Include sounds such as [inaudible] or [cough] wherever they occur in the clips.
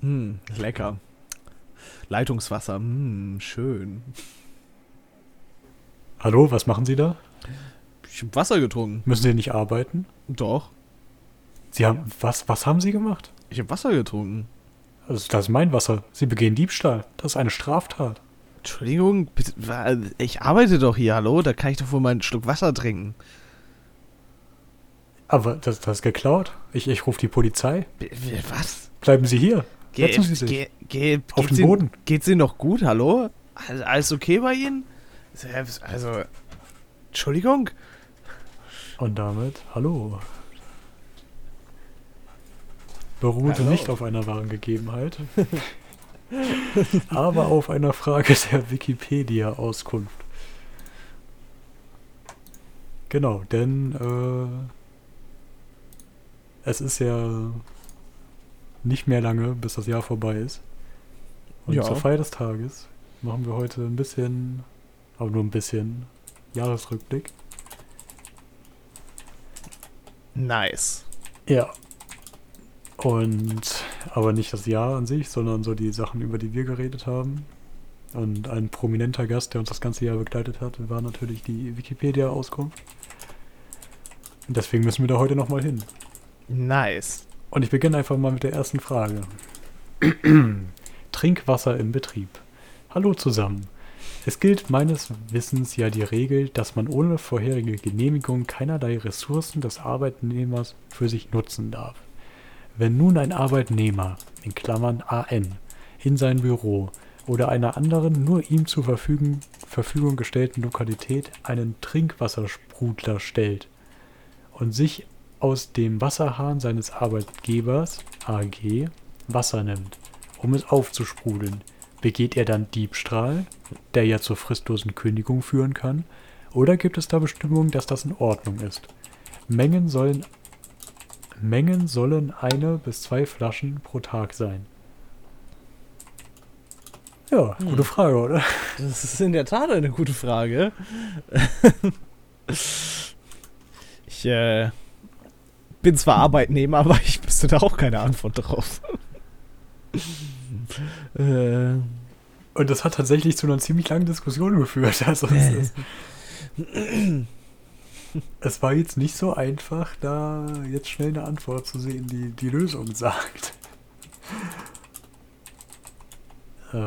Hm, lecker. Leitungswasser, hm, schön. Hallo, was machen Sie da? Ich hab Wasser getrunken. Müssen Sie nicht arbeiten? Doch, Sie haben. Was, was haben Sie gemacht? ich hab Wasser getrunken. Also, das ist mein Wasser. Sie begehen Diebstahl. Das ist eine Straftat. Entschuldigung, bitte, wa- ich arbeite doch hier, hallo? Da kann ich doch wohl mal einen Schluck Wasser trinken. Aber das, das ist geklaut. Ich, ich rufe die Polizei. B- w- Was? Bleiben Sie hier. Ge- Setzen Sie sich. ge- ge- Auf geht's den Ihnen- Boden. Geht's Ihnen noch gut, hallo? Also, alles okay bei Ihnen? Selbst, also. Entschuldigung? Und damit, hallo. Beruhte Hallo. nicht auf einer wahren Gegebenheit, [laughs] aber auf einer Frage der Wikipedia-Auskunft. Genau, denn äh, es ist ja nicht mehr lange, bis das Jahr vorbei ist. Und Ja. zur Feier des Tages machen wir heute ein bisschen, aber nur ein bisschen, Jahresrückblick. Nice. Ja. Und aber nicht das Jahr an sich, sondern so die Sachen, über die wir geredet haben. Und ein prominenter Gast, der uns das ganze Jahr begleitet hat, war natürlich die Wikipedia-Auskunft. Und Deswegen müssen wir da heute nochmal hin. Nice. Und ich beginne einfach mal mit der ersten Frage. Trinkwasser im Betrieb. Hallo zusammen. Es gilt meines Wissens ja die Regel, dass man ohne vorherige Genehmigung keinerlei Ressourcen des Arbeitnehmers für sich nutzen darf. Wenn nun ein Arbeitnehmer, in Klammern AN, in sein Büro oder einer anderen nur ihm zur Verfügung, Verfügung gestellten Lokalität einen Trinkwassersprudler stellt und sich aus dem Wasserhahn seines Arbeitgebers, AG, Wasser nimmt, um es aufzusprudeln. Begeht er dann Diebstahl, der ja zur fristlosen Kündigung führen kann, oder gibt es da Bestimmungen, dass das in Ordnung ist? Mengen sollen, Mengen sollen eine bis zwei Flaschen pro Tag sein. Ja, gute Frage, oder? Das ist in der Tat eine gute Frage. [laughs] ich äh, bin zwar Arbeitnehmer, aber ich wüsste da auch keine Antwort drauf. [laughs] äh, Und das hat tatsächlich zu einer ziemlich langen Diskussion geführt. [laughs] Also es, [laughs] ist, es war jetzt nicht so einfach, da jetzt schnell eine Antwort zu sehen, die die Lösung [laughs] sagt. Äh,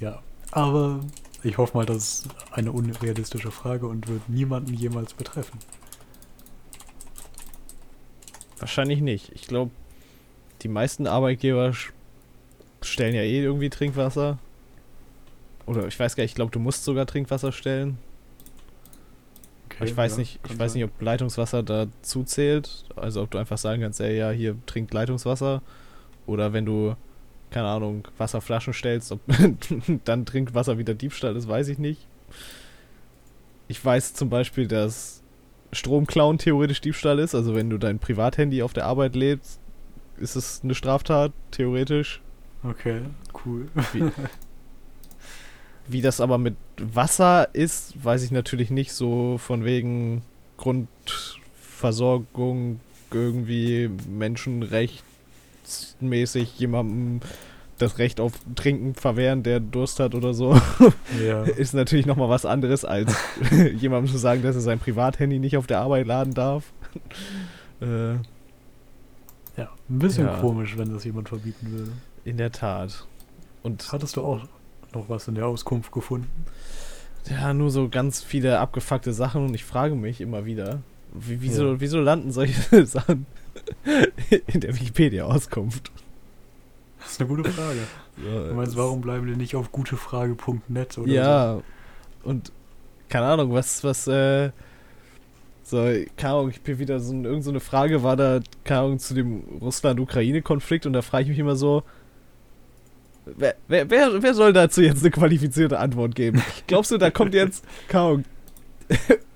ja, aber ich hoffe mal, das ist eine unrealistische Frage und wird niemanden jemals betreffen. wahrscheinlich nicht. Ich glaube, die meisten Arbeitgeber sch- stellen ja eh irgendwie Trinkwasser. Oder ich weiß gar nicht, ich glaube, du musst sogar Trinkwasser stellen. Aber ich weiß nicht, ich weiß nicht, ob Leitungswasser dazu zählt. Also ob du einfach sagen kannst, ey, ja, hier trinkt Leitungswasser. Oder wenn du, keine Ahnung, Wasserflaschen stellst, ob [laughs] dann trinkt Wasser wieder Diebstahl, das weiß ich nicht. Ich weiß zum Beispiel, dass Stromklauen theoretisch Diebstahl ist. Also wenn du dein Privathandy auf der Arbeit lädst, ist es eine Straftat, theoretisch. Okay, [laughs] cool. Wie das aber mit Wasser ist, weiß ich natürlich nicht so von wegen Grundversorgung irgendwie menschenrechtsmäßig jemandem das Recht auf Trinken verwehren, der Durst hat oder so, Ja. ist natürlich nochmal was anderes, [laughs] als jemandem zu sagen, dass er sein Privathandy nicht auf der Arbeit laden darf. äh, ja, ein bisschen Ja. komisch, wenn das jemand verbieten würde. in der Tat. Und Hattest du auch noch was in der Auskunft gefunden? Ja, nur so ganz viele abgefuckte Sachen und ich frage mich immer wieder, wie, wieso, Ja. wieso landen solche [laughs] Sachen in der Wikipedia-Auskunft? Das ist eine gute Frage. Du meinst, warum bleiben die nicht auf gutefrage.net oder so? Ja, und keine Ahnung, was, was, äh, so, keine Ahnung, ich bin wieder so, ein- irgend so eine Frage war da, keine Ahnung, zu dem Russland-Ukraine-Konflikt und da frage ich mich immer so, wer, wer, wer, wer soll dazu jetzt eine qualifizierte Antwort [laughs] geben? Glaubst du, da kommt jetzt, keine Ahnung,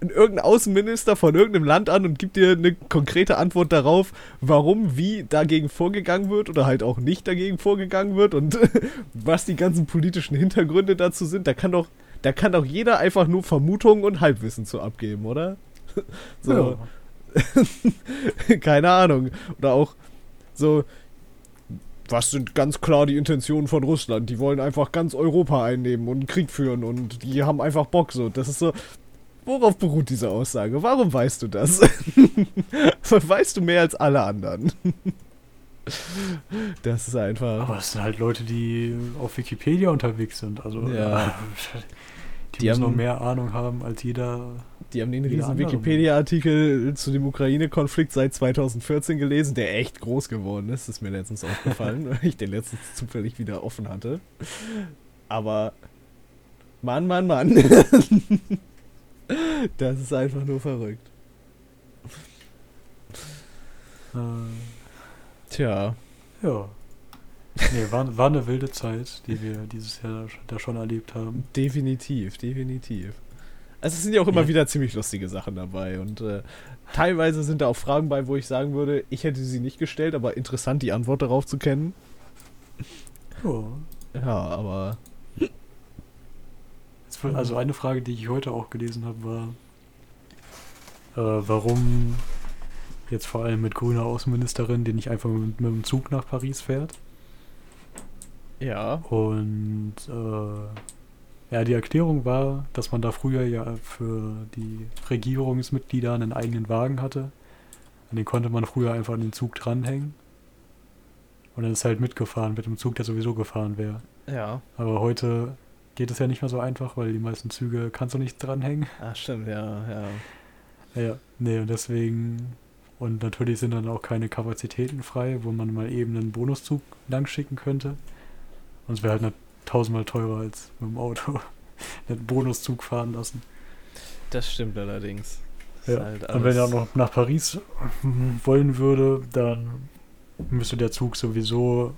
irgendein Außenminister von irgendeinem Land an und gibt dir eine konkrete Antwort darauf, warum, wie dagegen vorgegangen wird oder halt auch nicht dagegen vorgegangen wird und [laughs] was die ganzen politischen Hintergründe dazu sind, da kann doch, da kann doch jeder einfach nur Vermutungen und Halbwissen zu abgeben, oder? [laughs] So, Genau. [laughs] keine Ahnung. Oder auch so, was sind ganz klar die Intentionen von Russland? Die wollen einfach ganz Europa einnehmen und einen Krieg führen und die haben einfach Bock so. Das ist so. Worauf beruht diese Aussage? Warum weißt du das? [laughs] weißt du mehr als alle anderen? [laughs] das ist einfach. Aber es sind halt Leute, die auf Wikipedia unterwegs sind. Also Ja. äh, die, Die müssen noch haben- mehr Ahnung haben als jeder. Die haben den Jeder riesen andere. Wikipedia-Artikel zu dem Ukraine-Konflikt seit 2014 gelesen, der echt groß geworden ist. Ist mir letztens [laughs] aufgefallen, weil ich den letztens zufällig wieder offen hatte. Aber Mann, Mann, Mann. [laughs] das ist einfach nur verrückt. Äh, Tja. ja. Nee, war, war eine wilde Zeit, die wir dieses Jahr da schon erlebt haben. Definitiv, definitiv. Also es sind ja auch immer Ja. wieder ziemlich lustige Sachen dabei und äh, teilweise sind da auch Fragen bei, wo ich sagen würde, ich hätte sie nicht gestellt, aber interessant die Antwort darauf zu kennen. Ja. Ja, aber Es war- Also eine Frage, die ich heute auch gelesen habe, war, äh, warum jetzt vor allem mit grüner Außenministerin, die nicht einfach mit, mit dem Zug nach Paris fährt. ja. Und äh, ja, die Erklärung war, dass man da früher ja für die Regierungsmitglieder einen eigenen Wagen hatte. An den konnte man früher einfach an den Zug dranhängen. Und dann ist halt mitgefahren mit dem Zug, der sowieso gefahren wäre. Ja. Aber heute geht es ja nicht mehr so einfach, weil die meisten Züge kannst du nicht dranhängen. Ah, stimmt, ja, ja. Ja, nee, und deswegen. Und natürlich sind dann auch keine Kapazitäten frei, wo man mal eben einen Bonuszug langschicken könnte. Und es wäre halt noch tausendmal teurer als mit dem Auto [laughs] einen Bonuszug fahren lassen. Das stimmt allerdings. Das Ja, halt Und wenn er auch noch nach Paris wollen würde, dann müsste der Zug sowieso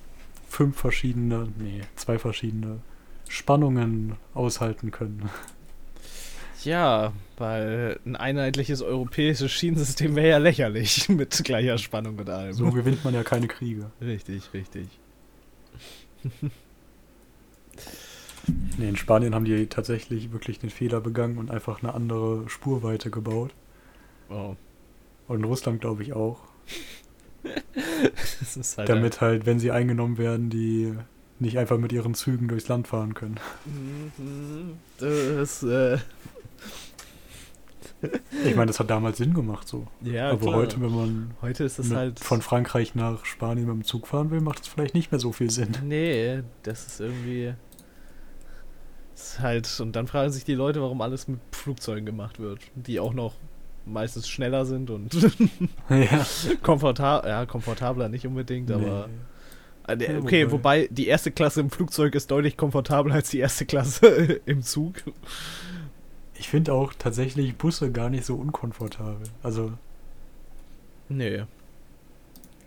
fünf verschiedene, nee, zwei verschiedene Spannungen aushalten können. Ja, weil ein einheitliches europäisches Schienensystem wäre ja lächerlich [laughs] mit gleicher Spannung und allem. So gewinnt man ja keine Kriege. Richtig, richtig. Nee, in Spanien haben die tatsächlich wirklich den Fehler begangen und einfach eine andere Spurweite gebaut. Wow. Und in Russland glaube ich auch. Das ist halt Damit halt, wenn sie eingenommen werden, die nicht einfach mit ihren Zügen durchs Land fahren können. Mhm. Das, äh, Ich meine, das hat damals Sinn gemacht so. ja, Aber klar. heute, wenn man heute ist es mit, halt. von Frankreich nach Spanien mit dem Zug fahren will, macht es vielleicht nicht mehr so viel Sinn. [laughs] nee, das ist irgendwie. Ist halt. Und dann fragen sich die Leute, warum alles mit Flugzeugen gemacht wird, die auch noch meistens schneller sind und [laughs] ja. komfortabler, ja, komfortabler nicht unbedingt, aber. Nee. Ah, nee, Ja, Okay, wobei- wobei die erste Klasse im Flugzeug ist deutlich komfortabler als die erste Klasse [laughs] im Zug. Ich finde auch tatsächlich Busse gar nicht so unkomfortabel. Also Nee.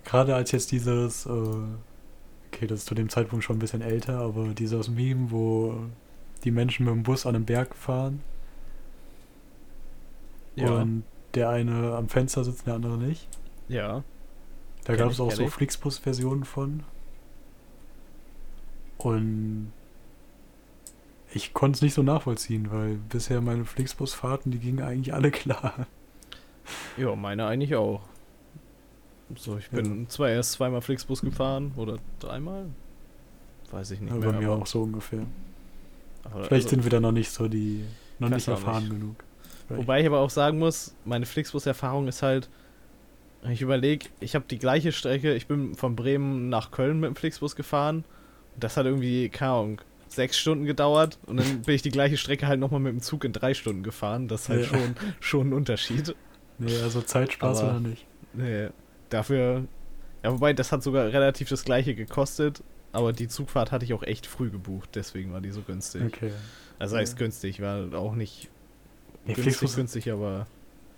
gerade als jetzt dieses, äh, okay, das ist zu dem Zeitpunkt schon ein bisschen älter, aber dieses Meme, wo die Menschen mit dem Bus an einem Berg fahren Ja. und der eine am Fenster sitzt, der andere nicht. ja. Da Kenn gab ich, es auch kenn so ich. Flixbus-Versionen von. Und ich konnte es nicht so nachvollziehen, weil bisher meine Flixbus-Fahrten, die gingen eigentlich alle [laughs] klar. Ja, meine eigentlich auch. So, ich bin zwar erst zweimal Flixbus gefahren oder dreimal. Weiß ich nicht Ja, mehr. Bei mir aber- auch so ungefähr. aber Vielleicht also- sind wir da noch nicht so die, noch Weiß nicht auch erfahren genug. Wobei ich aber auch sagen muss, meine Flixbus-Erfahrung ist halt, wenn ich überlege, ich habe die gleiche Strecke, ich bin von Bremen nach Köln mit dem Flixbus gefahren und das hat irgendwie, keine Ahnung, sechs Stunden gedauert und dann bin ich die gleiche Strecke halt nochmal mit dem Zug in drei Stunden gefahren. Das ist halt Ja. schon, schon ein Unterschied. Nee, also Zeitspaß Aber- oder nicht. Nee, dafür, ja wobei, das hat sogar relativ das gleiche gekostet, aber die Zugfahrt hatte ich auch echt früh gebucht, deswegen war die so günstig. Okay. Also heißt günstig, war auch nicht Nee, günstig, Flixbus, günstig, aber...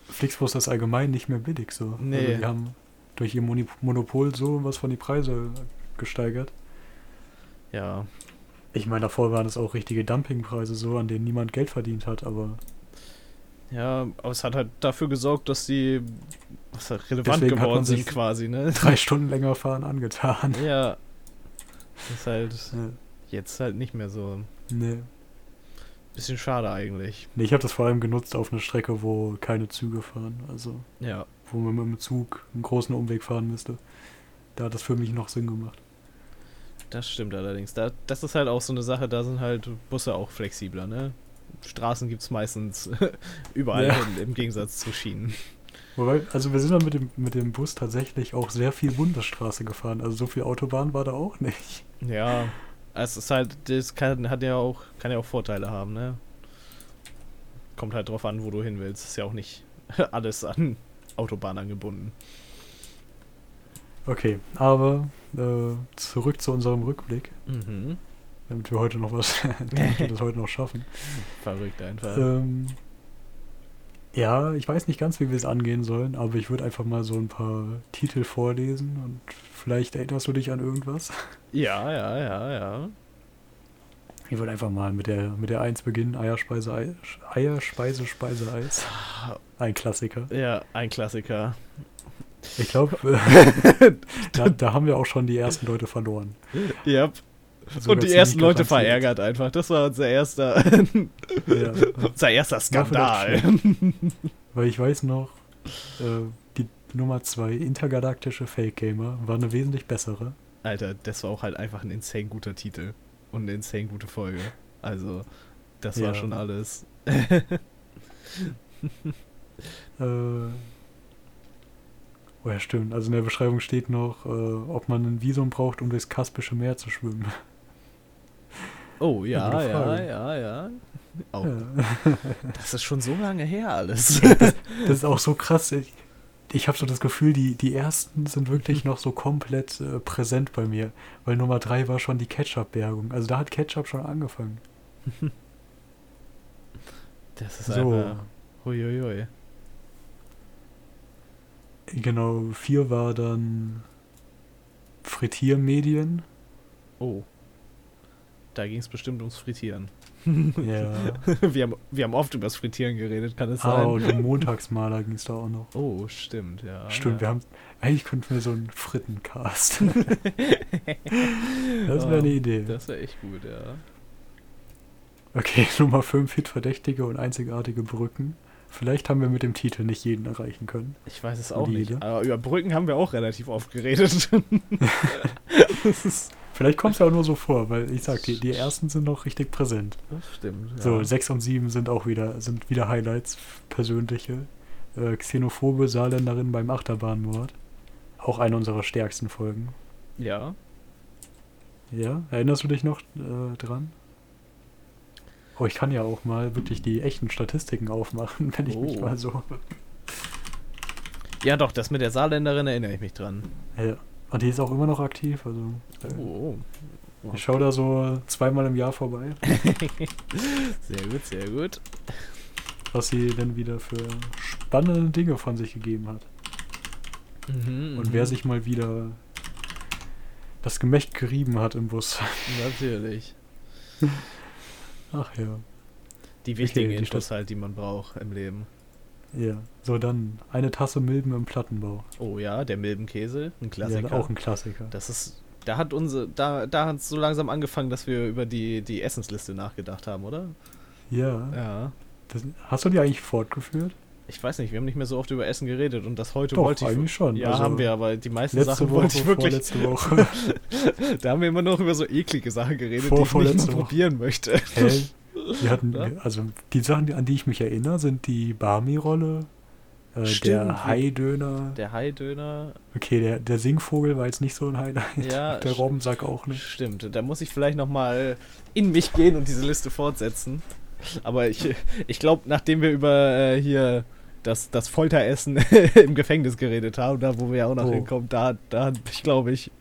Flixbus ist allgemein nicht mehr billig so. Nee. Also die haben durch ihr Moni- Monopol so was von die Preise gesteigert. Ja, Ich meine, davor waren es auch richtige Dumpingpreise so, an denen niemand Geld verdient hat, aber Ja, aber es hat halt dafür gesorgt, dass die was halt relevant Deswegen hat geworden man sind sich- quasi, ne? [laughs] drei Stunden länger fahren angetan. [laughs] Ja. Das ist halt Ja, jetzt halt nicht mehr so. nee. Bisschen schade eigentlich. nee, ich habe das vor allem genutzt auf einer Strecke, wo keine Züge fahren, also Ja. wo man mit dem Zug einen großen Umweg fahren müsste. Da hat das für mich noch Sinn gemacht. Das stimmt allerdings. Da, das ist halt auch so eine Sache, da sind halt Busse auch flexibler, ne? Straßen gibt es meistens [laughs] überall Ja. im, im Gegensatz zu Schienen. Wobei, also wir sind dann mit dem, mit dem Bus tatsächlich auch sehr viel Bundesstraße gefahren. Also so viel Autobahn war da auch nicht. Ja. Es ist halt, das kann, hat ja auch, kann ja auch Vorteile haben, ne? Kommt halt drauf an, wo du hin willst. Ist ja auch nicht [laughs] alles an Autobahn angebunden. Okay, aber äh, zurück zu unserem Rückblick, Mhm. damit wir heute noch was, [laughs] damit wir das heute noch [laughs] schaffen. Verrückt einfach. Ähm, ja, ich weiß nicht ganz, wie wir es angehen sollen, aber ich würde einfach mal so ein paar Titel vorlesen und vielleicht erinnerst du dich an irgendwas. Ja, ja, ja, ja. [laughs] Ich würde einfach mal mit der, mit der 1 beginnen, Eierspeise, Ei- Eierspeise, Speise, Eis. Ein Klassiker. Ja, ein Klassiker. Ich glaube, [laughs] da, da haben wir auch schon die ersten Leute verloren. Ja. Sogar Und die ziemlich ersten Leute garantiert. verärgert einfach. Das war unser erster, [laughs] Ja, unser erster Skandal. weil ich weiß noch, äh, die Nummer 2, intergalaktische Fake Gamer, war eine wesentlich bessere. Alter, das war auch halt einfach ein insane guter Titel. Und eine insane gute Folge. Also, das Ja. war schon alles. Äh, oh ja, stimmt. Also in der Beschreibung steht noch, äh, ob man ein Visum braucht, um durchs Kaspische Meer zu schwimmen. Oh, ja, Gute ja, Frage. ja, ja. Auch, Ja. Das ist schon so lange her [laughs] alles. Das ist auch so krass. Ich, ich habe so das Gefühl, die, die ersten sind wirklich noch so komplett äh, präsent bei mir. Weil Nummer 3 war schon die Ketchup-Bergung. Also da hat Ketchup schon angefangen. Das ist So, einfach. Huiuiui. genau. 4 war dann Frittiermedien. Oh. Da ging es bestimmt ums Frittieren. [laughs] Ja. wir, haben, wir haben oft über das Frittieren geredet, kann es [laughs] Ah, sein? und um Montagsmaler ging es da auch noch. Oh, stimmt, ja. Stimmt, wir ja. haben. Eigentlich könnten wir so einen [laughs] Frittencast. das Oh, wäre eine Idee. Das wäre echt gut, ja. Okay, [laughs] Nummer 5, Hitverdächtige und einzigartige Brücken. Vielleicht haben wir mit dem Titel nicht jeden erreichen können. Ich weiß es auch Gute nicht. Idee. Aber über Brücken haben wir auch relativ oft geredet. [laughs] das ist. Vielleicht kommt es ja auch nur so vor, weil ich sag, die, die ersten sind noch richtig präsent. Das stimmt. Ja. So, 6 und 7 sind auch wieder, sind wieder Highlights, persönliche. Äh, Xenophobe Saarländerin beim Achterbahnmord. Auch eine unserer stärksten Folgen. ja. Ja, erinnerst du dich noch äh, dran? Oh, ich kann ja auch mal wirklich die echten Statistiken aufmachen, [laughs] wenn ich mich Oh. mal so. Ja, doch, das mit der Saarländerin erinnere ich mich dran. Ja. Und die ist auch immer noch aktiv, also. äh, Oh, Ich schaue da so zweimal im Jahr vorbei, sehr gut, sehr gut. was sie denn wieder für spannende Dinge von sich gegeben hat. Mhm, Und mhm. wer sich mal wieder das Gemächt gerieben hat im Bus. [laughs] Natürlich. Ach ja. Die wichtigen die Infos halt, die man braucht im Leben. Ja. So, dann eine Tasse Milben im Plattenbau. Oh ja, der Milbenkäse, ein Klassiker. Ja, auch ein Klassiker. das ist. Da hat unsere, da, da hat es so langsam angefangen, dass wir über die, die Essensliste nachgedacht haben, oder? Ja. Ja. Das, hast du die eigentlich fortgeführt? Ich weiß nicht, wir haben nicht mehr so oft über Essen geredet und das heute Doch, wollte ich. eigentlich schon. Ja, Also, haben wir, aber die meisten Letzte Sachen Woche, wollte ich wirklich. [laughs] vorletzte Woche. Da haben wir immer noch über so eklige Sachen geredet, Vor- die ich nicht vorletzte mehr Woche. probieren möchte. Hä? Wir hatten, Ja. also die Sachen, an die ich mich erinnere, sind die Barmi-Rolle, äh, Stimmt. der Haidöner. Der Haidöner, Okay, der, der Singvogel war jetzt nicht so ein Highlight. ja, [laughs] der Robbensack auch nicht. stimmt. Da muss ich vielleicht nochmal in mich gehen und diese Liste fortsetzen. Aber ich, ich glaube, nachdem wir über äh, hier das, das Folteressen [laughs] im Gefängnis geredet haben, da wo wir ja auch noch Oh. hinkommen, da, da habe ich, glaube ich,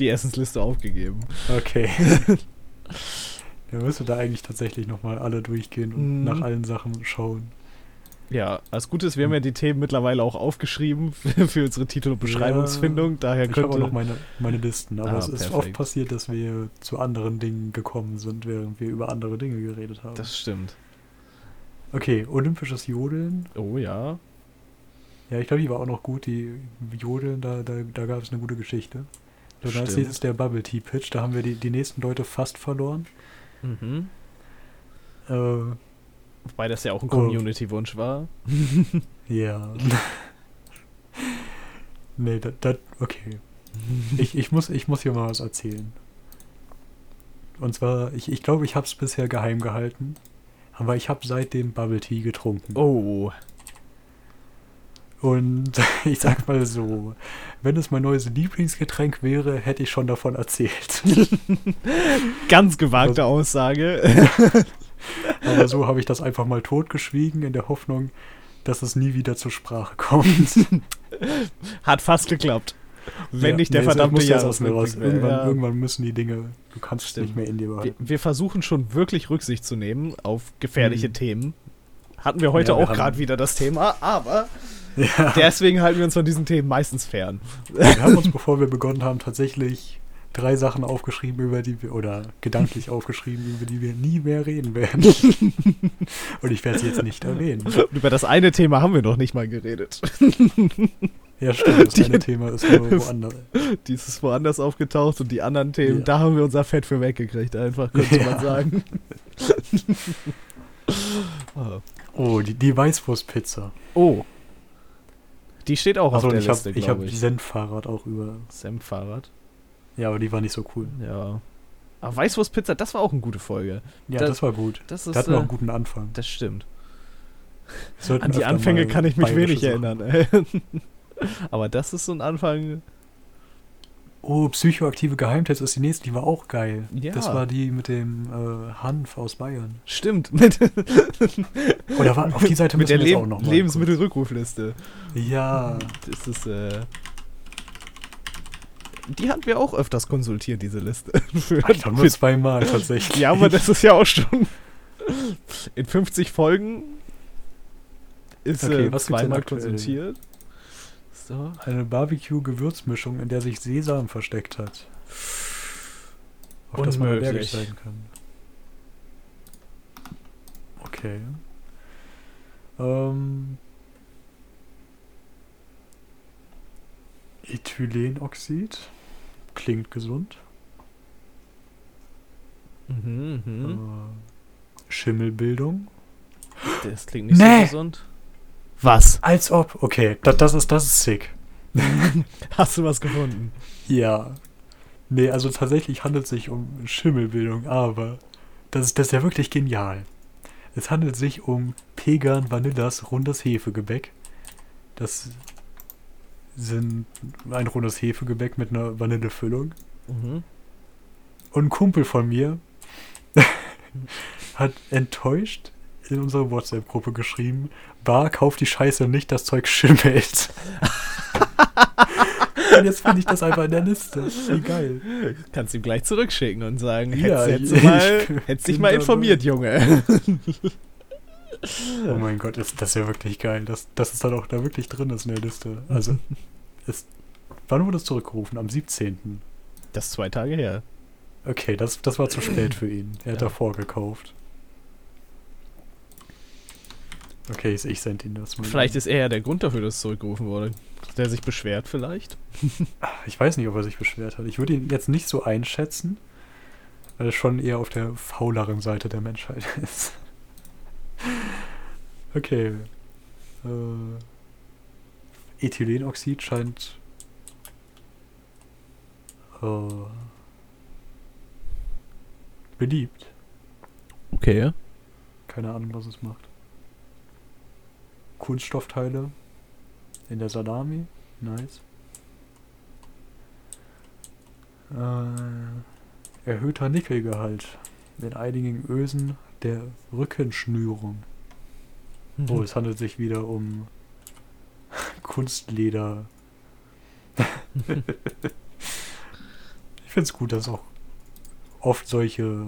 die Essensliste aufgegeben. [laughs] Okay. Dann müsste da eigentlich tatsächlich nochmal alle durchgehen und Mhm. nach allen Sachen schauen. Ja, als Gutes, wir haben ja die Themen mittlerweile auch aufgeschrieben [laughs] für unsere Titel- und Beschreibungsfindung. Daher Ich habe auch könnte... noch meine, meine Listen, aber Ah, es ist oft perfekt. passiert, dass wir zu anderen Dingen gekommen sind, während wir über andere Dinge geredet haben. Das stimmt. Okay, olympisches Jodeln. Oh ja. Ja, ich glaube, die war auch noch gut. Die Jodeln, da, da, da gab es eine gute Geschichte. So, dann als Stimmt. nächstes der Bubble Tea Pitch. Da haben wir die, die nächsten Leute fast verloren. Mhm. Äh, Wobei das ja auch ein Oh. Community-Wunsch war. Ja. [laughs] nee, das, okay. Ich, ich, muss, ich muss hier mal was erzählen. Und zwar, ich glaube, ich, glaub, ich habe es bisher geheim gehalten. Aber ich habe seitdem Bubble Tea getrunken. Oh. Und [laughs] ich sag mal so, wenn es mein neues Lieblingsgetränk wäre, hätte ich schon [laughs] davon erzählt. Ganz gewagte Aussage. Aber so habe ich das einfach mal totgeschwiegen in der Hoffnung, dass es nie wieder zur Sprache kommt. Hat fast geklappt. [laughs] Wenn Ja, nicht der nee, es verdammte muss ja Jahr. aus mir raus. Irgendwann, ja. irgendwann müssen die Dinge, du kannst es nicht Stimmt. mehr in dir wir, behalten. wir versuchen schon wirklich Rücksicht zu nehmen auf gefährliche Mhm. Themen. Hatten wir heute Ja, wir auch haben- gerade wieder das Thema, aber Ja. deswegen halten wir uns von diesen Themen meistens fern. [laughs] Wir haben uns, bevor wir begonnen haben, tatsächlich drei Sachen aufgeschrieben, über die wir, oder [laughs] gedanklich aufgeschrieben, über die wir nie mehr reden werden. [laughs] Und ich werde sie jetzt nicht erwähnen. Und über das eine Thema haben wir noch nicht mal geredet. [laughs] Ja, stimmt, das Die- eine Thema ist nur woanders. Dieses woanders aufgetaucht und die anderen Themen, Ja. da haben wir unser Fett für weggekriegt, einfach, könnte Ja. man [laughs] sagen. oh. Oh, die, die Weißwurstpizza. Oh. Die steht auch Achso, auf und der ich Liste, habe hab glaube ich. Senffahrrad auch über. Sam-Fahrrad. Ja, aber die war nicht so cool. Ja. Aber Weißwurstpizza, das war auch eine gute Folge. Ja, Da- das war gut. Das Das ist. hatten wir auch Äh, einen guten Anfang. das stimmt. Sollten An die öfter Anfänge mal kann ich mich bayerische wenig Sachen- erinnern. [laughs] Aber das ist so ein Anfang. Oh, psychoaktive Geheimtipps ist die nächste, die war auch geil. Ja. Das war die mit dem äh, Hanf aus Bayern. Stimmt. Mit, Oder war, auf die [laughs] Seite mit der müssen wir jetzt Le auch noch mal Lebensmittelrückrufliste. gucken. [laughs] Ja, Das ist. Äh, die hatten wir auch öfters konsultiert, diese Liste. [laughs] Für, ich glaube nur zweimal tatsächlich. ja, aber das ist ja auch schon. In 50 Folgen ist Okay, äh, was gibt's denn zweimal aktuell? konsultiert. So. Eine Barbecue-Gewürzmischung, in der sich Sesam versteckt hat. Auf das man Unmöglich. allergisch sein kann. Okay. Ähm. Ethylenoxid. Klingt gesund. Mhm, mhm. Äh, Schimmelbildung. Das klingt nicht Oh. Nee. so gesund. Was? Als ob. Okay, das, das, ist, das ist sick. Hast du was gefunden? Ja. Nee, also tatsächlich handelt es sich um Schimmelbildung, aber das ist, das ist ja wirklich genial. Es handelt sich um Pegan Vanillas rundes Hefegebäck. Das sind ein rundes Hefegebäck mit einer Vanillefüllung. Mhm. Und ein Kumpel von mir [laughs] hat enttäuscht in unsere WhatsApp-Gruppe geschrieben, Bar, kauft die Scheiße nicht, das Zeug schimmelt. [laughs] Und jetzt finde ich das einfach in der Liste. Wie geil. Kannst ihm gleich zurückschicken und sagen, Ja, hättest, hättest, ich- du mal, ich bin- hättest dich bin mal dabei. informiert, Junge. Oh mein Gott, ist das ist ja wirklich geil, dass, dass es dann auch da wirklich drin ist in der Liste. [laughs] Also, es, wann wurde es zurückgerufen? Am 17. Das ist zwei Tage her. Okay, das, das war zu spät für ihn. Er hat Ja. davor gekauft. Okay, ich, ich sende ihm das mal. Vielleicht ist er ja der Grund dafür, dass es zurückgerufen wurde. Der sich beschwert vielleicht. Ich weiß nicht, ob er sich beschwert hat. Ich würde ihn jetzt nicht so einschätzen, weil er schon eher auf der fauleren Seite der Menschheit [laughs] ist. Okay. Äh, Ethylenoxid scheint äh, beliebt. Okay. Keine Ahnung, was es macht. Kunststoffteile in der Salami. Nice. Äh, erhöhter Nickelgehalt in einigen Ösen der Rückenschnürung. Mhm. Oh, es handelt sich wieder um [laughs] Kunstleder. ich finde es gut, dass auch oft solche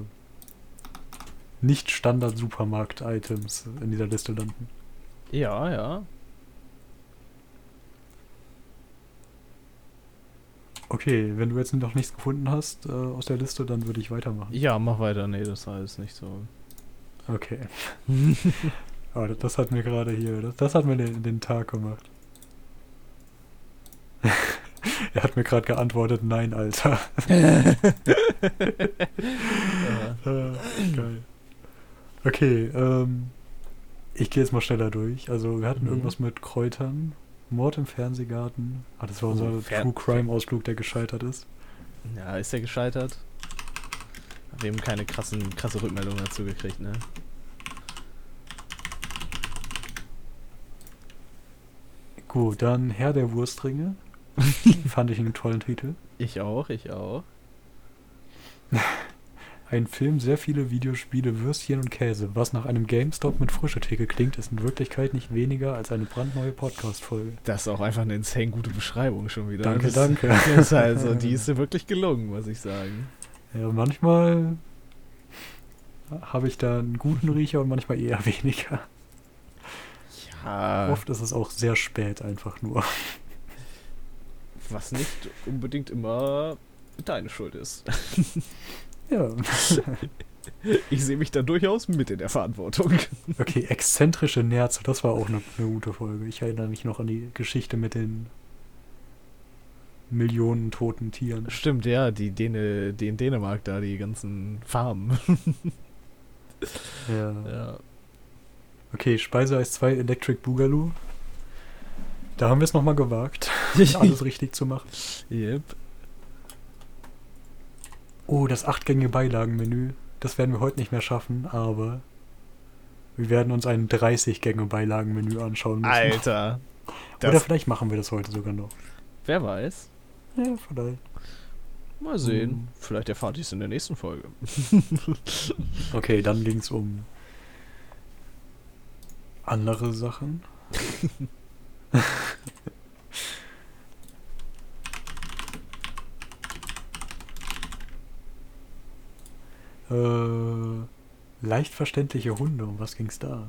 nicht-Standard-Supermarkt-Items in dieser Liste landen. Ja, ja. Okay, wenn du jetzt noch nichts gefunden hast äh, aus der Liste, dann würde ich weitermachen. Ja, mach weiter. Nee, das war alles nicht so. Okay. [laughs] Aber das, das hat mir gerade hier, das, das hat mir den, den Tag [laughs] gemacht. er hat mir gerade geantwortet, nein, [laughs] Alter. Ah, Ja. Äh, geil. Okay, ähm, ich gehe jetzt mal schneller durch. Also wir hatten Mhm. irgendwas mit Kräutern, Mord im Fernsehgarten. Ah, das war Oh, unser Fer- True Crime Ausflug, der gescheitert ist. ja, ist er gescheitert? Wir haben keine krassen, krasse Rückmeldungen dazu gekriegt, ne? Gut, dann Herr [laughs] der Wurstringe. Fand ich einen tollen Titel. Ich auch, ich auch. Ein Film, sehr viele Videospiele, Würstchen und Käse. Was nach einem GameStop mit Frische-Theke klingt, ist in Wirklichkeit nicht weniger als eine brandneue Podcast-Folge. Das ist auch einfach eine insane gute Beschreibung schon wieder. Danke, das, [laughs] danke. Das ist also, die ist dir wirklich gelungen, muss ich sagen. Ja, manchmal habe ich da einen guten Riecher und manchmal eher weniger. Ja, Oft ist es auch sehr spät einfach nur. was nicht unbedingt immer deine Schuld ist. [laughs] Ja. Ich sehe mich da durchaus mit in der Verantwortung. Okay, exzentrische Nerze, das war auch eine, eine gute Folge. Ich erinnere mich noch an die Geschichte mit den Millionen toten Tieren. Stimmt, ja, die, Däne, die in Dänemark da, die ganzen Farmen. Ja. [laughs] Ja. Okay, Speiseeis 2 Electric Boogaloo. Da haben wir es nochmal gewagt, alles richtig zu machen. yep. Oh, das achtgängige Beilagenmenü. Das werden wir heute nicht mehr schaffen, aber wir werden uns ein 30-gänge Beilagenmenü anschauen müssen. Alter. Oder Das, vielleicht machen wir das heute sogar noch. wer weiß. Ja, vielleicht. Mal sehen. Mhm. Vielleicht erfahrt ihr es in der nächsten Folge. Okay, dann ging es um andere Sachen. [laughs] äh, leicht verständliche Hunde, um was ging's da?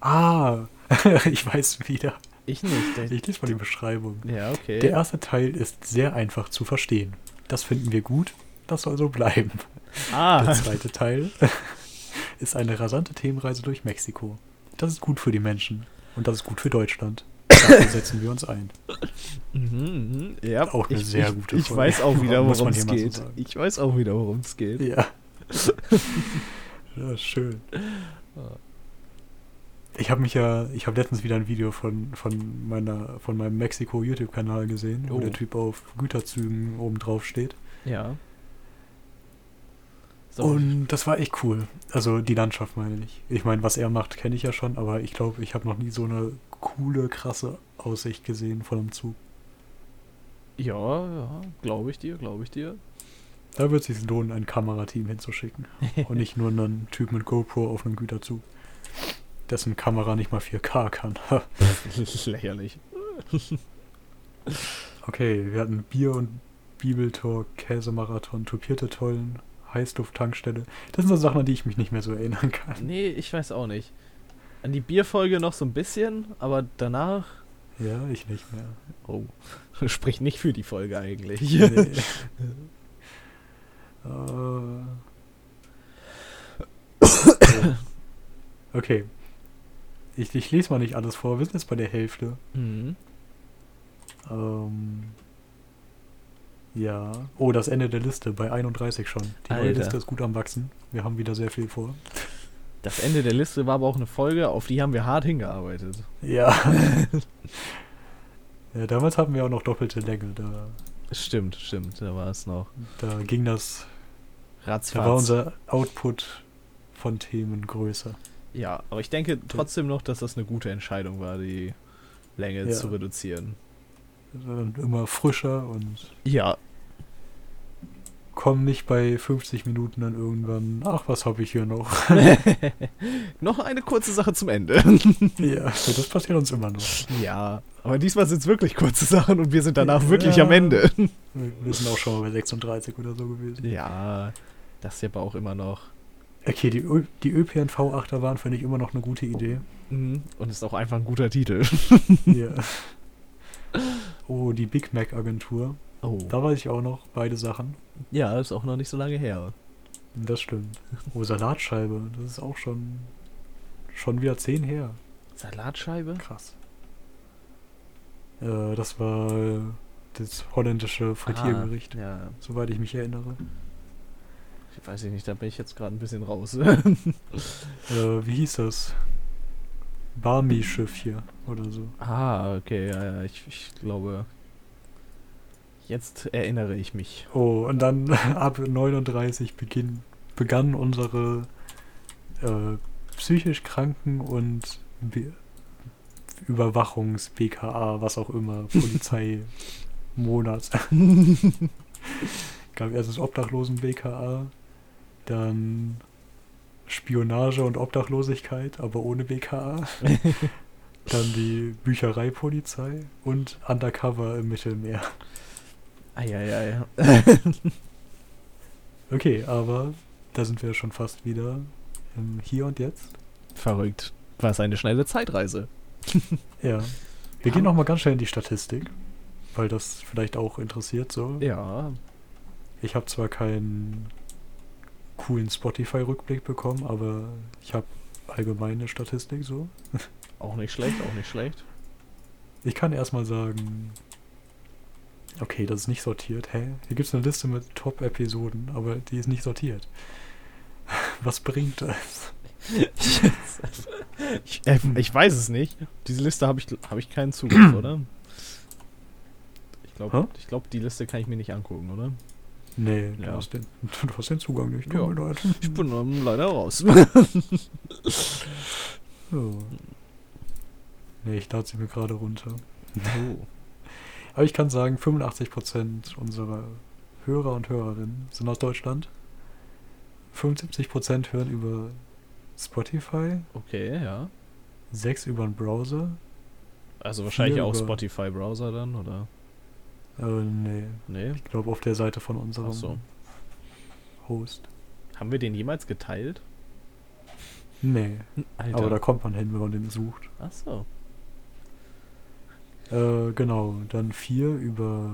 Ah, [laughs] ich weiß wieder. Ich nicht. Der, Ich lese mal die Beschreibung. ja, okay. Der erste Teil ist sehr einfach zu verstehen. Das finden wir gut, das soll so bleiben. Der ah, zweite Teil ist eine rasante Themenreise durch Mexiko. Das ist gut für die Menschen und das ist gut für Deutschland. Dafür setzen wir uns ein. mhm, mhm. ja, Auch eine ich, sehr ich, gute Ich Folge. weiß auch wieder, Muss man worum es hier mal so geht. sagen. ich weiß auch wieder, worum es geht. Ja. ja schön. Ich habe mich ja, ich habe letztens wieder ein Video von, von meiner, von meinem Mexiko YouTube-Kanal gesehen, wo Oh. der Typ auf Güterzügen oben drauf steht. Ja. So, Und das war echt cool. Also die Landschaft meine ich. Ich meine, was er macht, kenne ich ja schon, aber ich glaube, ich habe noch nie so eine coole, krasse Aussicht gesehen von einem Zug. ja, ja, glaube ich dir, glaube ich dir. Da wird es sich lohnen, ein Kamerateam hinzuschicken. Und nicht nur einen Typ mit GoPro auf einem Güterzug, dessen Kamera nicht mal 4K kann. [laughs] [laughs] Lächerlich. okay, wir hatten Bier und Bibeltor, Käsemarathon, tupierte Tollen, Heißluft-Tankstelle. Das sind so Sachen, an die ich mich nicht mehr so erinnern kann. Nee, ich weiß auch nicht. An die Bierfolge noch so ein bisschen, aber danach. Ja, ich nicht mehr. Oh. [laughs] Spricht nicht für die Folge [laughs] eigentlich. Nee. Äh. okay. Ich, ich lese mal nicht alles vor. Wir sind jetzt bei der Hälfte. Mhm. Ähm, ja. Oh, das Ende der Liste bei 31 schon. Die neue Alter. Liste ist gut am Wachsen. Wir haben wieder sehr viel vor. Das Ende der Liste war aber auch eine Folge, auf die haben wir hart hingearbeitet. Ja. [laughs] ja damals hatten wir auch noch doppelte Länge. Da, Stimmt, stimmt, da war es noch. da ging das. Da Ratzfatz. war unser Output von Themen größer. ja, aber ich denke trotzdem noch, dass das eine gute Entscheidung war, die Länge Ja. zu reduzieren. Und immer frischer und Ja, kommen nicht bei 50 Minuten dann irgendwann, ach, was habe ich [laughs] hier noch? [laughs] noch eine kurze Sache zum [laughs] Ende. ja, das passiert uns immer noch. ja, aber diesmal sind es wirklich kurze Sachen und wir sind danach wirklich Ja. am Ende. Wir wir sind auch schon mal bei 36 oder so [laughs] gewesen. Ja, das ist ja aber auch immer noch. Okay, die, Ö- die ÖPNV-Achterbahn finde ich immer noch eine gute Idee. Mhm. Und ist auch einfach ein guter Titel. Ja. Oh, die Big Mac-Agentur. Oh. Da weiß ich auch noch beide Sachen. Ja, ist auch noch nicht so lange her. Das stimmt. Oh, Salatscheibe. Das ist auch schon, schon wieder 10 her. Salatscheibe? Krass. Äh, das war das holländische Frittiergericht, Ah, ja, soweit ich mich erinnere. ich weiß ich nicht, da bin ich jetzt gerade ein bisschen raus. [laughs] Äh, wie hieß das? Barmi-Schiff hier oder so. ah, okay, ja, ja, ich, ich glaube. Jetzt erinnere ich mich. Oh, und dann [laughs] ab 39 beginn, begannen unsere äh, psychisch Kranken und Be Überwachungs, BKA, was auch immer, Polizei, Monat. gab erst das Obdachlosen-BKA, dann Spionage und Obdachlosigkeit, aber ohne BKA. dann die Büchereipolizei und Undercover im Mittelmeer. Eieiei. Okay, aber da sind wir schon fast wieder im Hier und Jetzt. Verrückt. Was eine schnelle Zeitreise. Ja. Wir gehen nochmal ganz schnell in die Statistik, weil das vielleicht auch interessiert so. Ja. Ich habe zwar keinen coolen Spotify-Rückblick bekommen, aber ich habe allgemeine Statistik so. Auch nicht schlecht, auch nicht schlecht. Ich kann erstmal sagen, okay, das ist nicht sortiert. Hä? Hier gibt es eine Liste mit Top-Episoden, aber die ist nicht sortiert. [laughs] Was bringt das? Ich, äh, ich weiß es nicht. Diese Liste habe ich, hab ich keinen [clears throat] Zugriff, oder? Ich Hä? glaube, ich glaub, die Liste kann ich mir nicht angucken, oder? Nee, du, Ja. hast den, [laughs] du hast den Zugang nicht. Ja. Tut mir leid. Ich bin ähm, leider raus. So. Nee, ich lade sie mir gerade runter. [laughs] Oh. Aber ich kann sagen, 85% unserer Hörer und Hörerinnen sind aus Deutschland. 75% hören über Spotify, Okay, ja. 6 über einen Browser. Also wahrscheinlich auch über- Spotify-Browser dann, oder? Äh, nee, Nee. ich glaube auf der Seite von unserem Ach so. Host. Haben wir den jemals geteilt? Nee, Alter. aber da kommt man hin, wenn man den sucht. Ach so. Äh, genau, dann 4 über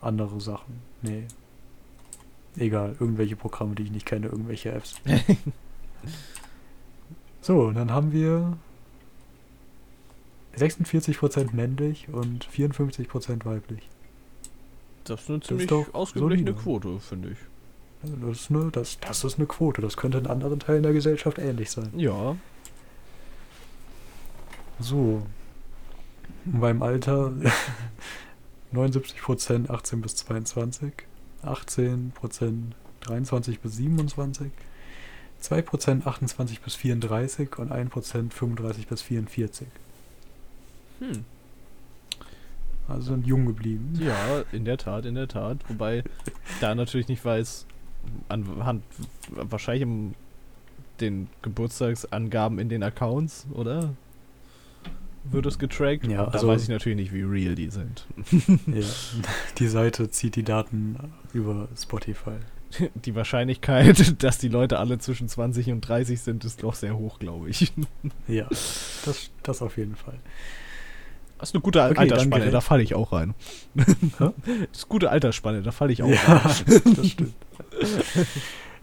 andere Sachen. Nee. Egal, irgendwelche Programme, die ich nicht kenne, irgendwelche Apps. So, und dann haben wir 46% männlich und 54% weiblich. Das ist eine ist ziemlich doch ausgeglichene solide. Quote, finde ich. Also Das ist, eine, das, das ist eine Quote. Das könnte in anderen Teilen der Gesellschaft ähnlich sein. Ja. So. Und Beim Alter [laughs] 79% 18 bis 22, 18% 23 bis 27, 2% 28 bis 34 und 1% 35 bis 44. Hm. Also sind jung geblieben. Ja, in der Tat, in der Tat. Wobei ich da natürlich nicht weiß, anhand wahrscheinlich im, den Geburtstagsangaben in den Accounts, oder? Wird es getrackt? Ja, da also- weiß ich natürlich nicht, wie real die sind. [laughs] [laughs] Ja. Die Seite zieht die Daten über Spotify. Die Wahrscheinlichkeit, [laughs] dass die Leute alle zwischen 20 und 30 sind, ist doch sehr hoch, glaube ich. Ja, das, das auf jeden Fall. Das ist eine gute Al Okay, dann Altersspanne, gerät- da falle ich auch rein. Hä? das ist gute Altersspanne, da falle ich auch rein. Ja, [laughs] das stimmt.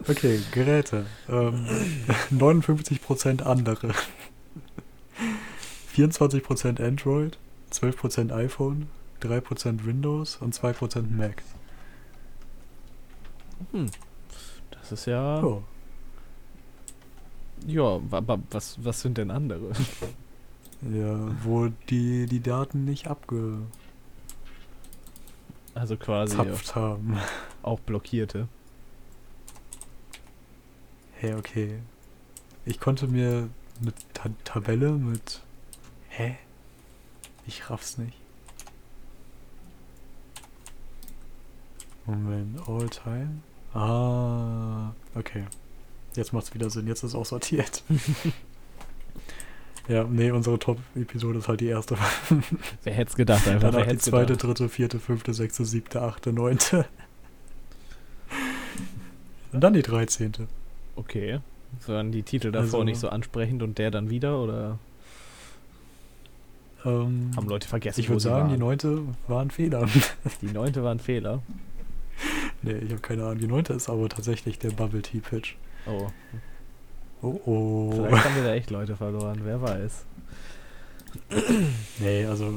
Okay, Geräte. Ähm, [laughs] 59% andere. 24% Android, 12% iPhone, 3% Windows und 2% Mac. Das ist ja. Oh, Ja, aber was, was sind denn andere? ja, wo die die Daten nicht abgezapft Also quasi haben. auch blockierte. Hä, okay. Ich konnte mir eine Ta Tabelle mit. Hä? Ich raff's nicht. Moment, all time? Ah, okay. Jetzt macht's wieder Sinn, jetzt ist auch sortiert. [laughs] ja, nee, unsere Top-Episode ist halt die erste. Wer hätte es gedacht einfach? Danach wer die hätt's zweite, gedacht? dritte, vierte, fünfte, sechste, siebte, achte, neunte. [laughs] Und dann die dreizehnte. Okay. Waren die Titel davor Also- nicht so ansprechend und der dann wieder? Oder Ähm, haben Leute vergessen, Ich wo würde sie sagen, die waren? neunte war ein Fehler. [laughs] Die neunte war ein Fehler. nee, ich habe keine Ahnung. Die neunte ist aber tatsächlich der Bubble Tea Pitch. Oh, Oh oh. vielleicht haben wir da echt Leute verloren, wer weiß. Nee, also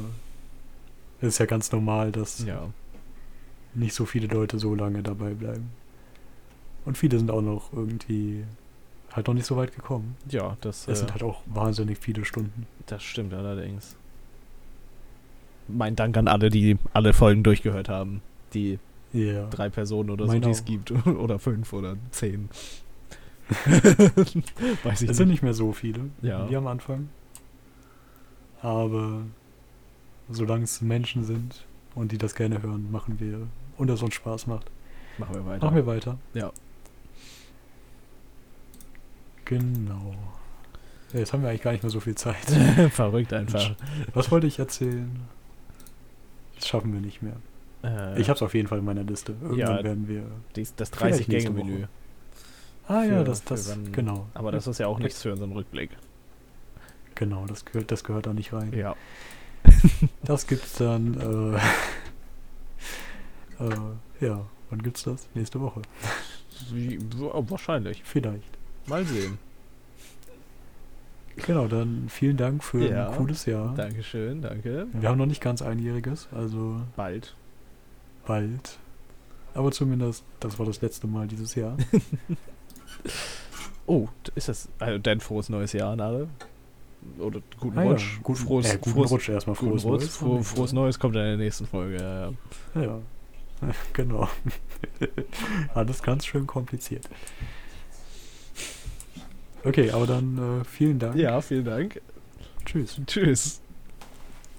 ist ja ganz normal, dass Ja. nicht so viele Leute so lange dabei bleiben. Und viele sind auch noch irgendwie halt noch nicht so weit gekommen. Ja, das, Es halt äh, sind halt auch wahnsinnig viele Stunden. das stimmt allerdings. mein Dank an alle, die alle Folgen durchgehört haben. Die Ja. drei Personen oder so, Meine die es auch. gibt. [laughs] Oder fünf oder [laughs] zehn. Weiß ich Es sind nicht. nicht mehr so viele, Ja. wie am Anfang. Aber solange es Menschen sind und die das gerne hören, machen wir und es uns Spaß macht, Machen wir weiter. [laughs] machen wir weiter. Ja. Genau. Ja, Jetzt haben wir eigentlich gar nicht mehr so [laughs] viel Zeit. Verrückt einfach. Was wollte ich erzählen? Das schaffen wir nicht mehr. Äh, Ich hab's auf jeden Fall in meiner Liste. Irgendwann Ja. werden wir. dies, das Vielleicht nächste 30-Gänge-Menü. Ah ja, Für- das, für das, wann- genau. Aber das ist ja auch nichts für so einen Rückblick. Genau, das gehört, das gehört da nicht rein. Ja. Das gibt's dann, äh, [laughs] äh, ja, wann gibt's das? Nächste Woche. Wie- Wahrscheinlich. Vielleicht. Mal sehen. Genau, dann vielen Dank für Ja. ein cooles Jahr. Dankeschön, danke. Wir haben noch nicht ganz einjähriges, also Bald. bald. Aber zumindest, das war das letzte Mal dieses Jahr. Oh, d- ist das. Also dein frohes neues Jahr an alle. Oder [laughs] guten Ah ja, Rutsch. guten- frohes, äh, guten frohes, Rutsch erstmal. Guten Frohes Rutsch. Neues. Fro frohes Neues kommt in der nächsten Folge. Ja, ja. Ja, [laughs] genau. [laughs] Alles ganz schön kompliziert. Okay, aber dann äh, vielen Dank. ja, vielen Dank. Tschüss. Tschüss.